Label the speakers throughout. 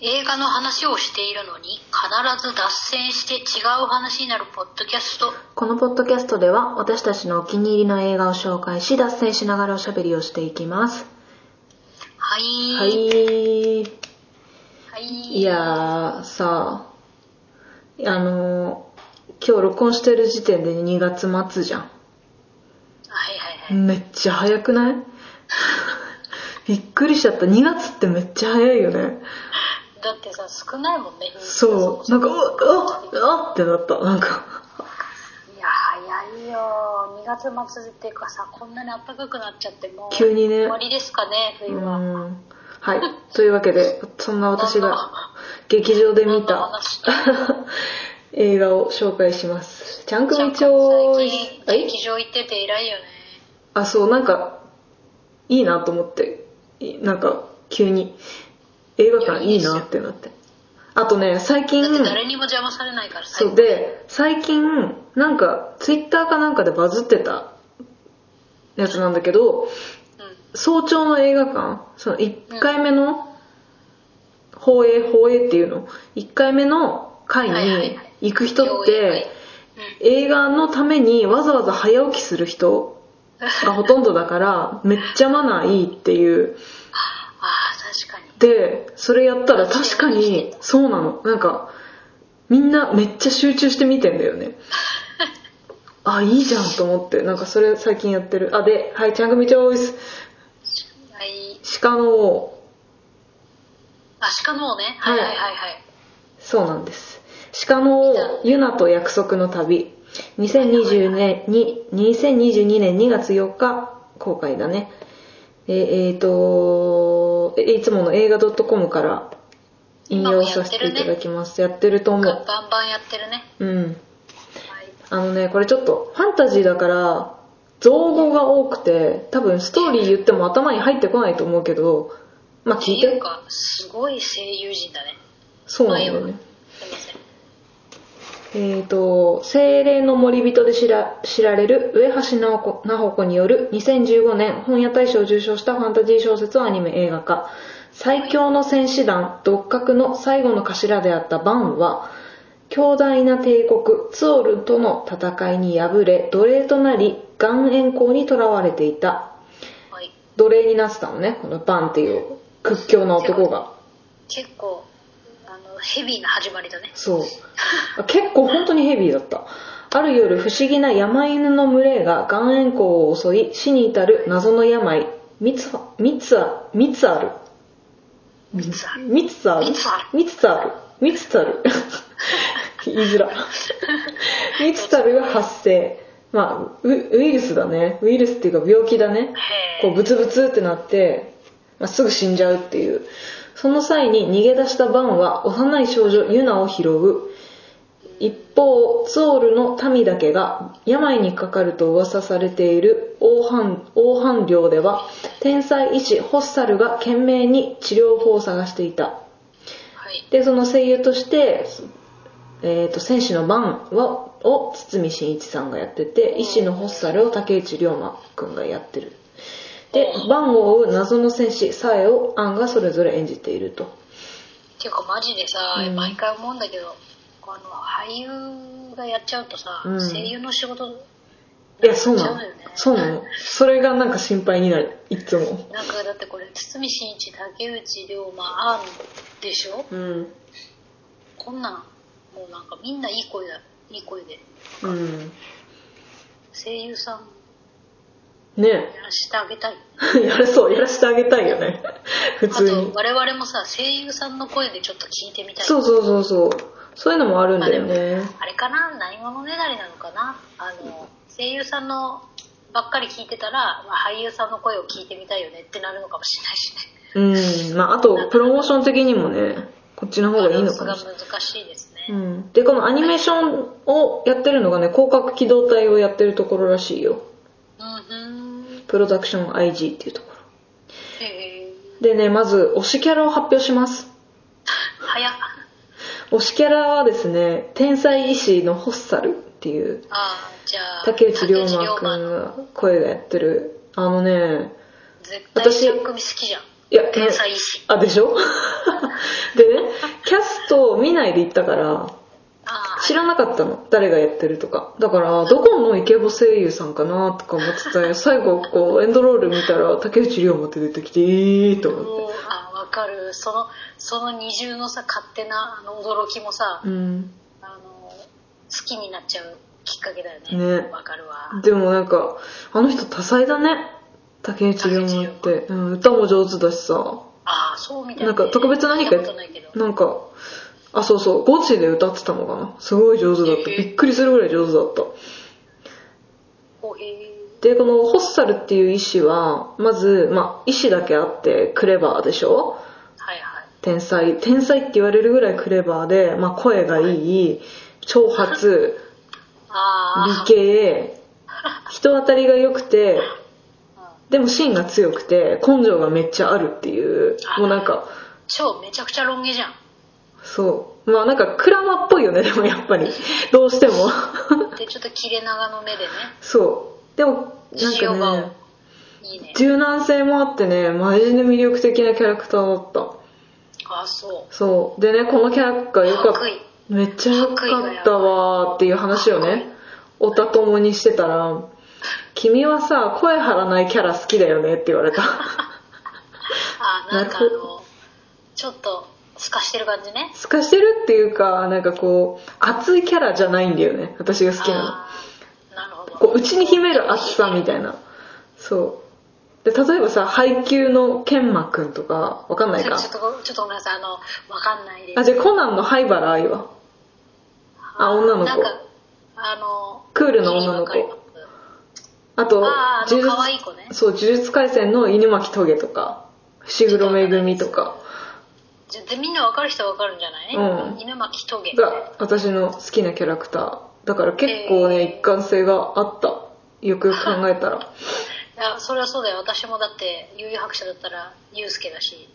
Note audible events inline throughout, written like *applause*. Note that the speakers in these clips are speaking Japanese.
Speaker 1: 映画の話をしているのに必ず脱線して違う話になるポッドキャスト
Speaker 2: このポッドキャストでは私たちのお気に入りの映画を紹介し脱線しながらおしゃべりをしていきます
Speaker 1: はい
Speaker 2: はい
Speaker 1: はい
Speaker 2: いやーさああのー今日録音してる時点で2月末じゃ
Speaker 1: はいはいはい
Speaker 2: んめっちゃ早くない *laughs* びっくりしちゃった2月ってめっちゃ早いよね
Speaker 1: だってさ少ないもんね
Speaker 2: そうなんかうわうわうわってなったなんか
Speaker 1: いや早いよ2月末っていうかさこんなに暖かくなっちゃってもう
Speaker 2: 急にね
Speaker 1: 終わりですかね冬
Speaker 2: う
Speaker 1: は、
Speaker 2: んはい。というわけで、そんな私が劇場で見
Speaker 1: 何の
Speaker 2: た
Speaker 1: 話
Speaker 2: *laughs* 映画を紹介します。ちゃんくみちょー
Speaker 1: 最
Speaker 2: い
Speaker 1: 近
Speaker 2: はい
Speaker 1: 劇場行ってて偉いよね
Speaker 2: あ、そう、なんか、いいなと思って、いなんか、急に、映画館いいなってなって。あとね、最近、
Speaker 1: だって誰にも邪魔されないからさ
Speaker 2: そうで、最近、なんか、ツイッターかなんかでバズってたやつなんだけど、
Speaker 1: うん
Speaker 2: 早朝の映画館その1回目の放映放映っていうの1回目の回
Speaker 1: はいはい
Speaker 2: に
Speaker 1: はい
Speaker 2: 行く人っ
Speaker 1: 上映会
Speaker 2: て映画のためにわざわざ早起きする
Speaker 1: *laughs*
Speaker 2: 人がほとんどだからめっちゃマナーいいっていう
Speaker 1: あー確かに
Speaker 2: でそれやったら確かにそうなのなんかみんなめっちゃ集中して見てんだよ
Speaker 1: *laughs*
Speaker 2: ねあいいじゃんと思ってなんかそれ最近やってるあではいちゃん組チョイス
Speaker 1: はい
Speaker 2: 鹿の王
Speaker 1: あ鹿の王ねはいはいはいはい
Speaker 2: そうなんです。鹿の王、ユナと約束の旅。2020年に、2022年2月4日公開だね。えっ、えーと、えいつもの映画 .com から引用させていただきます。やってると思
Speaker 1: が
Speaker 2: う。
Speaker 1: バンバンやってるね
Speaker 2: うん。
Speaker 1: はい
Speaker 2: あのね、これちょっとファンタジーだから、造語が多くて、多分ストーリー言っても頭に入ってこないと思うけど、まあ聞い
Speaker 1: っていう
Speaker 2: て。
Speaker 1: かすごい声優陣だね
Speaker 2: そうなんだよ
Speaker 1: 迷う
Speaker 2: ね。
Speaker 1: すいません
Speaker 2: えー、と精霊の森人で知ら知られる上橋直子直子による2015年本屋大賞を受賞したファンタジー小説をアニメ映画化最強の戦士団独角の最後の頭であったバンは強大な帝国ツオルとの戦いに敗れ奴隷となり岩塩港に囚われていた
Speaker 1: はい
Speaker 2: 奴隷になってたのねこのバンっていう屈強な男が
Speaker 1: 結構あのヘビーな始まりだね
Speaker 2: そうあ結構本当にヘビーだったある夜不思議な山犬の群れが岩塩港を襲い死に至る謎の病ミツファミツアミツアル
Speaker 1: ミツアル
Speaker 2: ミ
Speaker 1: *laughs*
Speaker 2: ツアル
Speaker 1: ミツア
Speaker 2: ミツアルミツアル言いづらミツアルが発生まあウウイルスだねウイルスっていうか病気だね
Speaker 1: へ
Speaker 2: こうブツブツってなって、まあ、すぐ死んじゃうっていうその際に逃げ出したバンは幼い少女ユナを拾う一方ツオルの民だけが病にかかると噂されている王藩王藩領では天才医師ホッサルが懸命に治療法を探していた
Speaker 1: はい
Speaker 2: でその声優として、えー、と戦士のバンをを堤真一さんがやってて医師のホッサルを竹内涼真君がやってるでバンを追う謎の戦士サエをアンがそれぞれ演じていると
Speaker 1: っていうかマジでさ、
Speaker 2: うん
Speaker 1: 毎回思うんだけどあの俳優がやっちゃうとさ、
Speaker 2: うん
Speaker 1: 声優の仕事
Speaker 2: いやそうな
Speaker 1: そう
Speaker 2: の
Speaker 1: だよね
Speaker 2: そうなのそれがなんか心配になるいつも
Speaker 1: なんかだってこれ堤真一竹内涼真アンでしょ
Speaker 2: うん
Speaker 1: こんなんもうなんかみんないい声だいい声で
Speaker 2: うん
Speaker 1: 声優さん
Speaker 2: ね *laughs*
Speaker 1: やらせてあげたい
Speaker 2: やれそうやらせてあげたいよね普
Speaker 1: あ
Speaker 2: 通に
Speaker 1: と我々もさ声優さんの声でちょっと聞いてみたい
Speaker 2: そうそうそうそうそういうのもあるんだよね
Speaker 1: あれかな何者ねだりなのかなあの声優さんのばっかり聞いてたら、まあ、俳優さんの声を聞いてみたいよねってなるのかもしれないしね
Speaker 2: うんまああとプロモーション的にもねこっちの方がいいのかもしれない
Speaker 1: バランスが難しいですね、
Speaker 2: うん、でこのアニメーションをやってるのがね広角機動隊をやってるところらしいよ
Speaker 1: うんうん
Speaker 2: プロダクション IG っていうとこ
Speaker 1: へえ
Speaker 2: ろでねまず推しキャラを発表します
Speaker 1: 早っ
Speaker 2: 推しキャラはですね天才医師のホッサルっていう
Speaker 1: あーじゃあ
Speaker 2: 竹内涼真
Speaker 1: 竹内
Speaker 2: 君
Speaker 1: 涼
Speaker 2: が声がやってるあのね
Speaker 1: 真絶対1組好きじゃん
Speaker 2: いや、ね
Speaker 1: 天才医師
Speaker 2: あでしょ *laughs* でねキャストを見ないで行ったから
Speaker 1: ああ
Speaker 2: 知らなかったの誰がやってるとかだからどこのイケボ声優さんかなとか思って *laughs* たよ最後こうエンドロール見たら竹内涼真って出てきてえーと思って
Speaker 1: もうあ分かるそのその二重のさ勝手なあの驚きもさ、
Speaker 2: うん
Speaker 1: あの好きになっちゃうきっかけだよね
Speaker 2: ね
Speaker 1: 分かるわ
Speaker 2: でもなんかあの人多彩だね竹内涼真って、うん、歌も上手だしさ
Speaker 1: ああそうみたい
Speaker 2: なんか特別何か
Speaker 1: 見たことないけど
Speaker 2: なんかあそうそうゴチで歌ってたのかなすごい上手だった
Speaker 1: へえ
Speaker 2: びっくりするぐらい上手だった
Speaker 1: おへえ
Speaker 2: でこのホッサルっていう医師はまず、まあ、医師だけあってクレバーでしょ
Speaker 1: はいはい
Speaker 2: 天才天才って言われるぐらいクレバーで、まあ、声がいい長髪
Speaker 1: ああ
Speaker 2: 美形人当たりが良くてでも芯が強くて根性がめっちゃあるっていうもうなんか
Speaker 1: 超めちゃくちゃロン毛じゃん
Speaker 2: そうまあなんかクラマっぽいよねでもやっぱりどうしても
Speaker 1: でちょっと切れ長の目でね
Speaker 2: そうでもなん
Speaker 1: 塩
Speaker 2: か
Speaker 1: 顔
Speaker 2: ね
Speaker 1: いいね
Speaker 2: 柔軟性もあってねマジで魅力的なキャラクターだった
Speaker 1: ああそう
Speaker 2: そうでねこのキャラが良かっ
Speaker 1: 白衣
Speaker 2: ためっちゃ良かったわーっていう話をねおたともにしてたら「君はさ声張らないキャラ好きだよね」って言
Speaker 1: *laughs*
Speaker 2: われた
Speaker 1: ああなんかあ
Speaker 2: なる
Speaker 1: のちょっと透かしてる感じね
Speaker 2: 透かしてるっていうかなんかこう熱いキャラじゃないんだよね私が好きな
Speaker 1: あーなるほ
Speaker 2: のこ
Speaker 1: ど
Speaker 2: う内に秘める熱さみたいなそうで例えばさ配給の研磨くんとかわかんないか
Speaker 1: ちょっとごちょっとごめんなさいあのわかんないです
Speaker 2: あじゃあコナンの灰原愛はあ女の子
Speaker 1: なんかあの
Speaker 2: クールな女の子
Speaker 1: ギリわかります
Speaker 2: あと
Speaker 1: あーあの
Speaker 2: 呪術
Speaker 1: 可愛い子ね
Speaker 2: そう呪術廻戦の犬巻棘とか伏黒恵組とか
Speaker 1: じゃでみんな分かる人は分かるんじゃない、
Speaker 2: うん
Speaker 1: 犬巻棘
Speaker 2: が私の好きなキャラクターだから結構ね
Speaker 1: へー
Speaker 2: 一貫性があったよくよく考え
Speaker 1: *laughs*
Speaker 2: たら
Speaker 1: いやそれはそうだよ私もだって悠々白書だったらユ介だし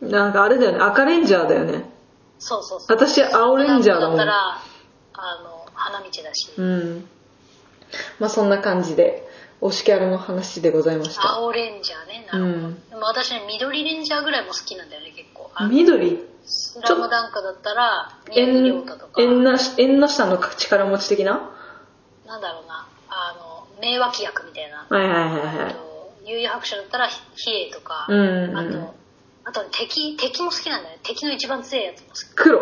Speaker 2: なんかあれだよね赤レンジャーだよね
Speaker 1: そうそうそう
Speaker 2: 私青レンジャーだもん
Speaker 1: だったらあの花道だし、
Speaker 2: うんまあそんな感じで推しキャラの話でございました
Speaker 1: 青レンジャーねなるほど、
Speaker 2: うん
Speaker 1: でも私ね緑レンジャーぐらいも好きなんだよね結構あの
Speaker 2: 緑
Speaker 1: スラムダンクだったら宮城
Speaker 2: 縁
Speaker 1: 亮太とか
Speaker 2: 縁なし縁の下の力持ち的な
Speaker 1: なんだろうなあの名脇役みたいな
Speaker 2: はいはいはいは
Speaker 1: あ
Speaker 2: い
Speaker 1: と幽遊白書だったら比叡とか、
Speaker 2: うんうん
Speaker 1: あとあと敵敵も好きなんだよね敵の一番強いやつも好き
Speaker 2: 黒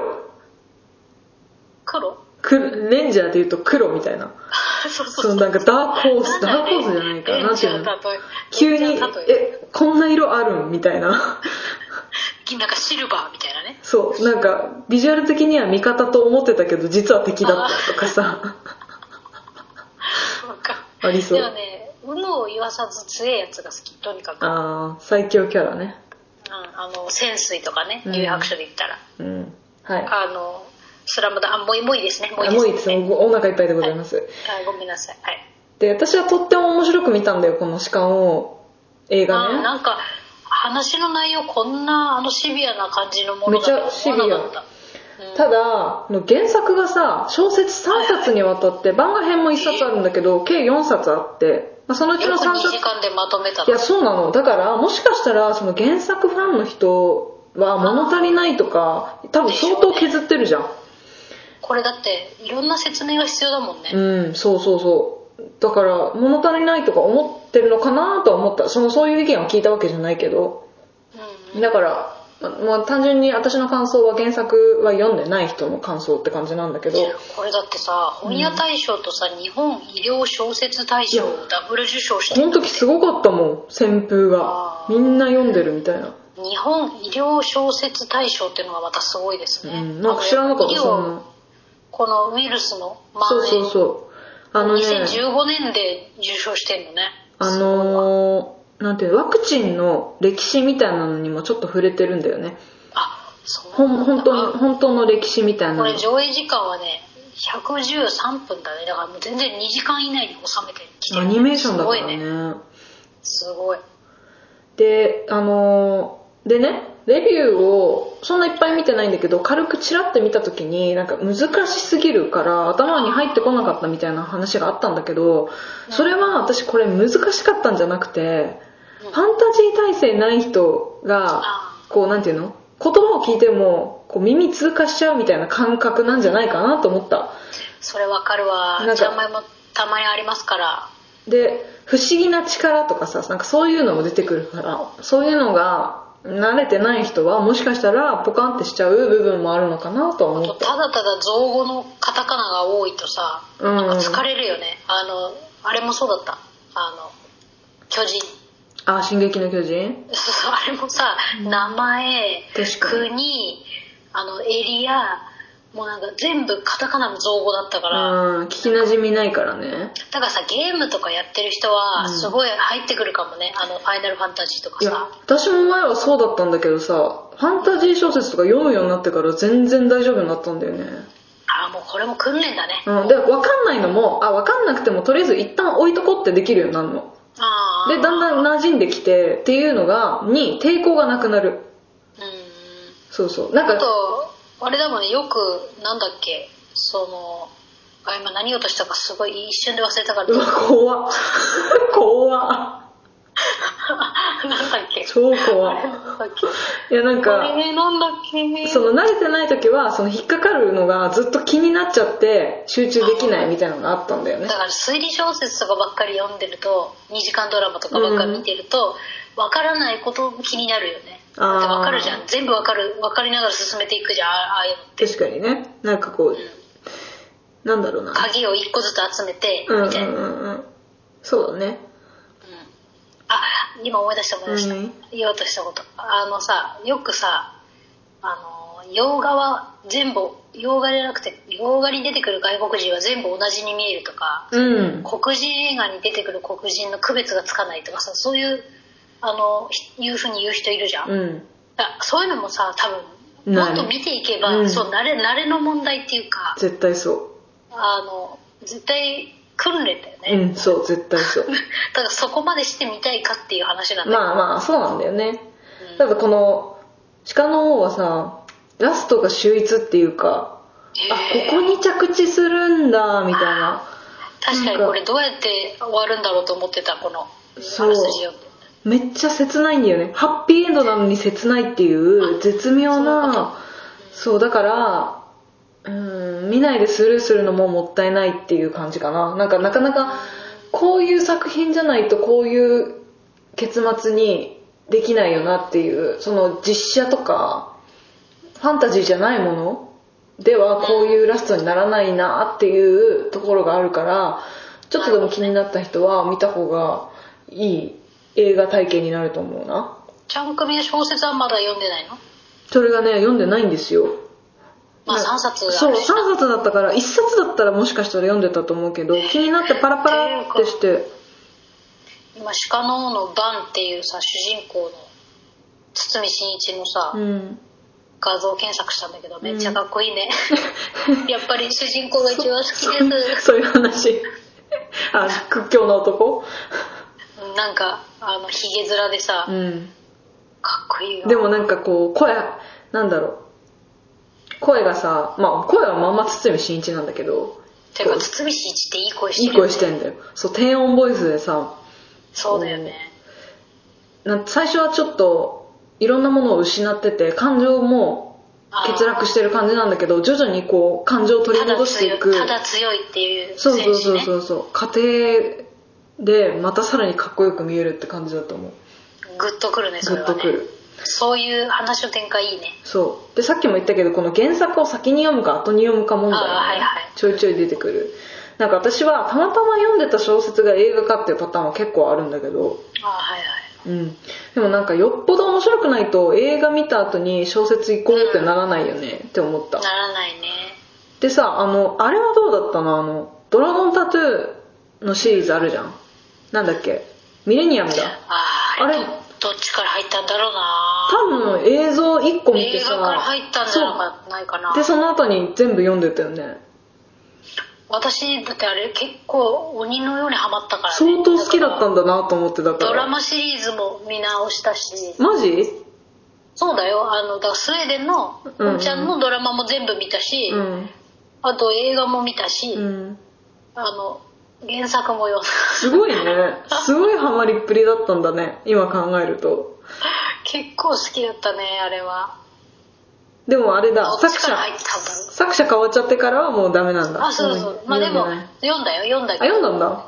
Speaker 1: 黒 *laughs*
Speaker 2: くレンジャーでいうと黒みたいな
Speaker 1: そう
Speaker 2: そ
Speaker 1: そうそう
Speaker 2: のなんかダークホース
Speaker 1: なんだ
Speaker 2: ダークホ
Speaker 1: よ
Speaker 2: ースじゃないか
Speaker 1: レ
Speaker 2: な
Speaker 1: ン
Speaker 2: ん
Speaker 1: ジ
Speaker 2: て
Speaker 1: ャー
Speaker 2: いうの
Speaker 1: 例え
Speaker 2: 急
Speaker 1: レン
Speaker 2: に
Speaker 1: ジャー例え
Speaker 2: えこんな色あるんみたいな
Speaker 1: な
Speaker 2: *laughs*
Speaker 1: んかシルバーみたいなね *laughs*
Speaker 2: そうなんかビジュアル的には味方と思ってたけど実は敵だったとかさ
Speaker 1: わかる
Speaker 2: ありそ
Speaker 1: でも
Speaker 2: う
Speaker 1: ね有無を言わさず強いやつが好きとにかくうん
Speaker 2: あー最強キャラね
Speaker 1: あの潜水とかね
Speaker 2: うん
Speaker 1: 幽遊白書で言ったら、
Speaker 2: うんはい
Speaker 1: あのスラムダンクもうもういいですねもうい
Speaker 2: あもうい
Speaker 1: いで
Speaker 2: いですす
Speaker 1: ね
Speaker 2: おお腹いっぱいでございます、
Speaker 1: あごめんなさいはい
Speaker 2: で私はとっても面白く見たんだよこの「鹿を映画
Speaker 1: あ
Speaker 2: ね
Speaker 1: なんか話の内容こんなあのシビアな感じのものだと
Speaker 2: めっちゃシビア
Speaker 1: 思わなかったうん
Speaker 2: ただあの原作がさ小説3冊にわたって漫画編も1冊あるんだけど計4冊あって、まあ、そのうちの
Speaker 1: よ
Speaker 2: 3
Speaker 1: く2
Speaker 2: 冊
Speaker 1: 時間でまとめた
Speaker 2: い
Speaker 1: の
Speaker 2: やそうなのだからもしかしたらその原作ファンの人は物足りないとか多分相当削ってるじゃん
Speaker 1: これだっていろんな説明が必要だもんね、
Speaker 2: うんそうそうそうだから物足りないとか思ってるのかなとは思ったそのそういう意見を聞いたわけじゃないけど
Speaker 1: うん
Speaker 2: だからままあ単純に私の感想は原作は読んでない人の感想って感じなんだけど
Speaker 1: これだってさ本屋大賞とさ、日本医療小説大賞をダブル受賞して
Speaker 2: この
Speaker 1: る
Speaker 2: 時すごかったもん旋風が
Speaker 1: あー
Speaker 2: みんな読んでるみたいな
Speaker 1: 日本医療小説大賞っていうのがまたすごいですね、
Speaker 2: うんなんか知らなかった
Speaker 1: あの
Speaker 2: そ
Speaker 1: 医
Speaker 2: ん
Speaker 1: 療
Speaker 2: な
Speaker 1: このウイルスの
Speaker 2: そう
Speaker 1: 蔓
Speaker 2: そう
Speaker 1: 延
Speaker 2: そうあのね
Speaker 1: 2015年で受賞してんのね
Speaker 2: あのーなんていうのワクチンの歴史みたいなのにもちょっと触れてるんだよね
Speaker 1: あそう
Speaker 2: ほん本当の本当の歴史みたい
Speaker 1: こ
Speaker 2: なの
Speaker 1: れ上映時間はね113分だねだからもう全然2時間以内に収めてきてる
Speaker 2: アニメーションだから
Speaker 1: すごいね
Speaker 2: ね
Speaker 1: すごい
Speaker 2: であのーでねレビューをそんないっぱい見てないんだけど軽くチラッて見た時になんか難しすぎるから頭に入ってこなかったみたいな話があったんだけどそれは私これ難しかったんじゃなくてファンタジー体制ない人が
Speaker 1: あ
Speaker 2: こうなんていうの言葉を聞いてもこう耳通過しちゃうみたいな感覚なんじゃないかなと思った
Speaker 1: それわかるわ
Speaker 2: なんか
Speaker 1: ジャマイもたまにありますから
Speaker 2: で不思議な力とかさなんかそういうのも出てくるからそういうのが慣れてない人はもしかしたらポカンってしちゃう部分もあるのかなとは
Speaker 1: あ
Speaker 2: 思
Speaker 1: と
Speaker 2: った
Speaker 1: だただ造語のカタカナが多いとさ、
Speaker 2: うん
Speaker 1: なんか疲れるよねあのあれもそうだったあの巨人 *laughs*
Speaker 2: あ「進撃の巨人
Speaker 1: あれもさ名前
Speaker 2: 確かに
Speaker 1: 国あのエリアもうなんか全部カタカナの造語だった」から、
Speaker 2: うん聞き馴染みないからね
Speaker 1: だからさゲームとかやってる人はすごい入ってくるかもね、あの「ファイナルファンタジー」とか
Speaker 2: いや
Speaker 1: さ
Speaker 2: 私も前はそうだったんだけどさファンタジー小説とか読むようになってから全然大丈夫になったんだよね
Speaker 1: ああもうこれも訓練だね、
Speaker 2: うんで分かんないのもあ分かんなくてもとりあえず一旦置いとこうってできるようになるの
Speaker 1: ああ
Speaker 2: でだんだん馴染んできてっていうのがに抵抗がなくなる
Speaker 1: うん
Speaker 2: そうそうなん
Speaker 1: あ
Speaker 2: か
Speaker 1: とあれだもんねよくなんだっけそのあ今何をとしたかすごい一瞬で忘れたから
Speaker 2: うわ怖っ *laughs* 怖っ
Speaker 1: *laughs* なんだっけ
Speaker 2: 超怖っ
Speaker 1: なんだっけ
Speaker 2: いやなん
Speaker 1: あ
Speaker 2: か
Speaker 1: れなんだっけ
Speaker 2: その慣れてない時はその引っかかるのがずっと気になっちゃって集中できないみたいなのがあったんだよね
Speaker 1: だから推理小説とかばっかり読んでると2時間ドラマとかばっかり見てると、わからないこと気になるよね
Speaker 2: あ
Speaker 1: だ
Speaker 2: ー
Speaker 1: ってわかるじゃん全部わかるわかりながら進めていくじゃんあああいうのって
Speaker 2: 確かにねなんかこうなんだろうな
Speaker 1: 鍵を1個ずつ集めて
Speaker 2: うんう
Speaker 1: みたいな、
Speaker 2: んうんうんそうだね
Speaker 1: あ今思い出した思い出した、
Speaker 2: うん
Speaker 1: 言おうとしたことあのさよくさあの洋画は全部洋画じゃなくて洋画に出てくる外国人は全部同じに見えるとか
Speaker 2: うん
Speaker 1: 黒人映画に出てくる黒人の区別がつかないとかさそういうあのひいうふうに言う人いるじゃん、
Speaker 2: うん
Speaker 1: あそういうのもさ多分
Speaker 2: な
Speaker 1: も
Speaker 2: る
Speaker 1: っと見ていけば、
Speaker 2: うん
Speaker 1: そう慣れ慣れの問題っていうか
Speaker 2: 絶対そ
Speaker 1: あの絶対訓練だよ
Speaker 2: うう
Speaker 1: ね、
Speaker 2: んそう絶対そう
Speaker 1: だからそこまでしてみたいかっていう話なんだけど、
Speaker 2: まあまあそうなんだよね
Speaker 1: うん
Speaker 2: ただこの鹿の王はさラストが秀逸っていうかあここに着地するんだみたいな
Speaker 1: 確かにこれどうやって終わるんだろうと思ってたこの
Speaker 2: そう
Speaker 1: あらすじを
Speaker 2: めっちゃ切ないんだよねハッピーエンドなのに切ないっていう絶妙なそうだからうん見ないでスルーするのももったいないっていう感じかななんかなかなかこういう作品じゃないとこういう結末にできないよなっていうその実写とかファンタジーじゃないものではこういうラストにならないなっていうところがあるからちょっとでも気になった人は見た方がいい映画体験になると思うな
Speaker 1: ちゃん組の小説はまだ読んでないの
Speaker 2: それがね読んでないんですよ
Speaker 1: まあ
Speaker 2: ね
Speaker 1: 3冊あ
Speaker 2: そう
Speaker 1: る
Speaker 2: 3
Speaker 1: しな
Speaker 2: 冊だったから1冊だったらもしかしたら読んでたと思うけど気になってパラパラってして
Speaker 1: 今「鹿の王のバン」っていうさ主人公の堤真一のさ、
Speaker 2: うん
Speaker 1: 画像検索したんだけどめっちゃかっこいい
Speaker 2: *laughs*
Speaker 1: ね、やっぱり主人公が一番好きです
Speaker 2: そういう話あ屈強な男 *laughs*
Speaker 1: なんかあのひげ面でさ、
Speaker 2: うん
Speaker 1: かっこいいよ
Speaker 2: でもなんかこう声なんだろう声がさまあ声はまんま堤真一なんだけど
Speaker 1: てか堤真一っていい声して
Speaker 2: い
Speaker 1: る
Speaker 2: い声してんだよそう低音ボイスでさ
Speaker 1: そうだよね
Speaker 2: なん最初はちょっといろんなものを失ってて感情も欠落してる感じなんだけど徐々にこう感情を取り
Speaker 1: ただ
Speaker 2: 戻してい
Speaker 1: 強
Speaker 2: く
Speaker 1: いただ強いっていう
Speaker 2: そう
Speaker 1: 選手
Speaker 2: そ
Speaker 1: ね
Speaker 2: うそうそうそう家庭でまたさらにかっこよく見えるって感じだと思う
Speaker 1: グッとくるねそ
Speaker 2: グ
Speaker 1: れ
Speaker 2: ッ
Speaker 1: は
Speaker 2: と
Speaker 1: ね
Speaker 2: くる
Speaker 1: そういう話の展開いいね
Speaker 2: そうでさっきも言ったけどこの原作を先に読むか後に読むか問題がね、
Speaker 1: あーはいはい
Speaker 2: ちょいちょい出てくるなんか私はたまたま読んでた小説が映画化っていうパターンは結構あるんだけど
Speaker 1: ああはいはい
Speaker 2: うんでもなんかよっぽど面白くないと映画見た後に小説行こうってならないよねって思った
Speaker 1: ならないね
Speaker 2: でさあのあれはどうだったのあの「ドラゴンタトゥー」のシリーズあるじゃんなんだっけミレニアムだ
Speaker 1: ああ
Speaker 2: あれ
Speaker 1: どどっちから入ったんだろうな
Speaker 2: 多分映像1個見て
Speaker 1: 映
Speaker 2: さ
Speaker 1: 画から入ったんじゃなかないかな
Speaker 2: そうでその後に全部読んでたよね
Speaker 1: 私だってあれ結構鬼のようにハマったから、ね、
Speaker 2: 相当好きだった
Speaker 1: か
Speaker 2: んだなと思ってだ
Speaker 1: ら
Speaker 2: か
Speaker 1: ドラ
Speaker 2: ら
Speaker 1: マシリーズも見直したし
Speaker 2: マジ
Speaker 1: そうだよあのだからスウェーデンの
Speaker 2: うんうん
Speaker 1: おんちゃんのドラマも全部見たし、
Speaker 2: うん、
Speaker 1: あと映画も見たし、
Speaker 2: うん、
Speaker 1: あの原作も読んだ *laughs*
Speaker 2: すごいねすごいハマりっぷりだったんだね今考えると
Speaker 1: 結構好きだったねあれは
Speaker 2: でもあれだ
Speaker 1: どっ
Speaker 2: 作
Speaker 1: ちか
Speaker 2: 者
Speaker 1: ら入ってたんだろう
Speaker 2: 作者変わっちゃってからはもうダメなんだ
Speaker 1: あそうそう、まあでも
Speaker 2: 読んでない
Speaker 1: 読んだよ読んだ
Speaker 2: あ
Speaker 1: けど
Speaker 2: 読んだんだ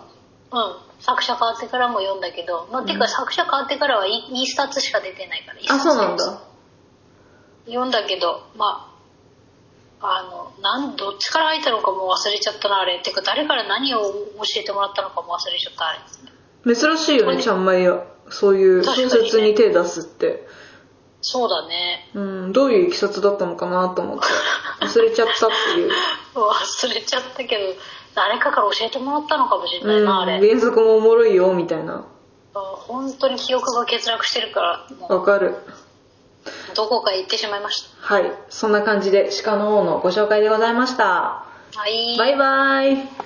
Speaker 1: うん作者変わってからも読んだけどまあてか作者変わってからはいいいスタしか出てないから
Speaker 2: あそうなん
Speaker 1: 一冊
Speaker 2: だ
Speaker 1: 読んだけどまああのなんどっちから入ったのかも忘れちゃったなあれてか誰から何を教えてもらったのかも忘れちゃったあれ
Speaker 2: 珍しいよ
Speaker 1: こ
Speaker 2: ね
Speaker 1: れ
Speaker 2: ちゃんまいやそういう
Speaker 1: 確か
Speaker 2: 小
Speaker 1: に
Speaker 2: 説に手出すって、
Speaker 1: そうだね
Speaker 2: うんどういういきさつだったのかなと思って忘れちゃったっていう
Speaker 1: *laughs* 忘れちゃったけど誰かから教えてもらったのかもしれな
Speaker 2: う
Speaker 1: い
Speaker 2: ん
Speaker 1: な、あれ
Speaker 2: 原作もおもろいよみたいな
Speaker 1: 本当に記憶が欠落してるからも
Speaker 2: わかる
Speaker 1: うどこかへ行ってしまいまし
Speaker 2: はいそんな感じで鹿の王のご紹介でございました
Speaker 1: たはい
Speaker 2: バイバイ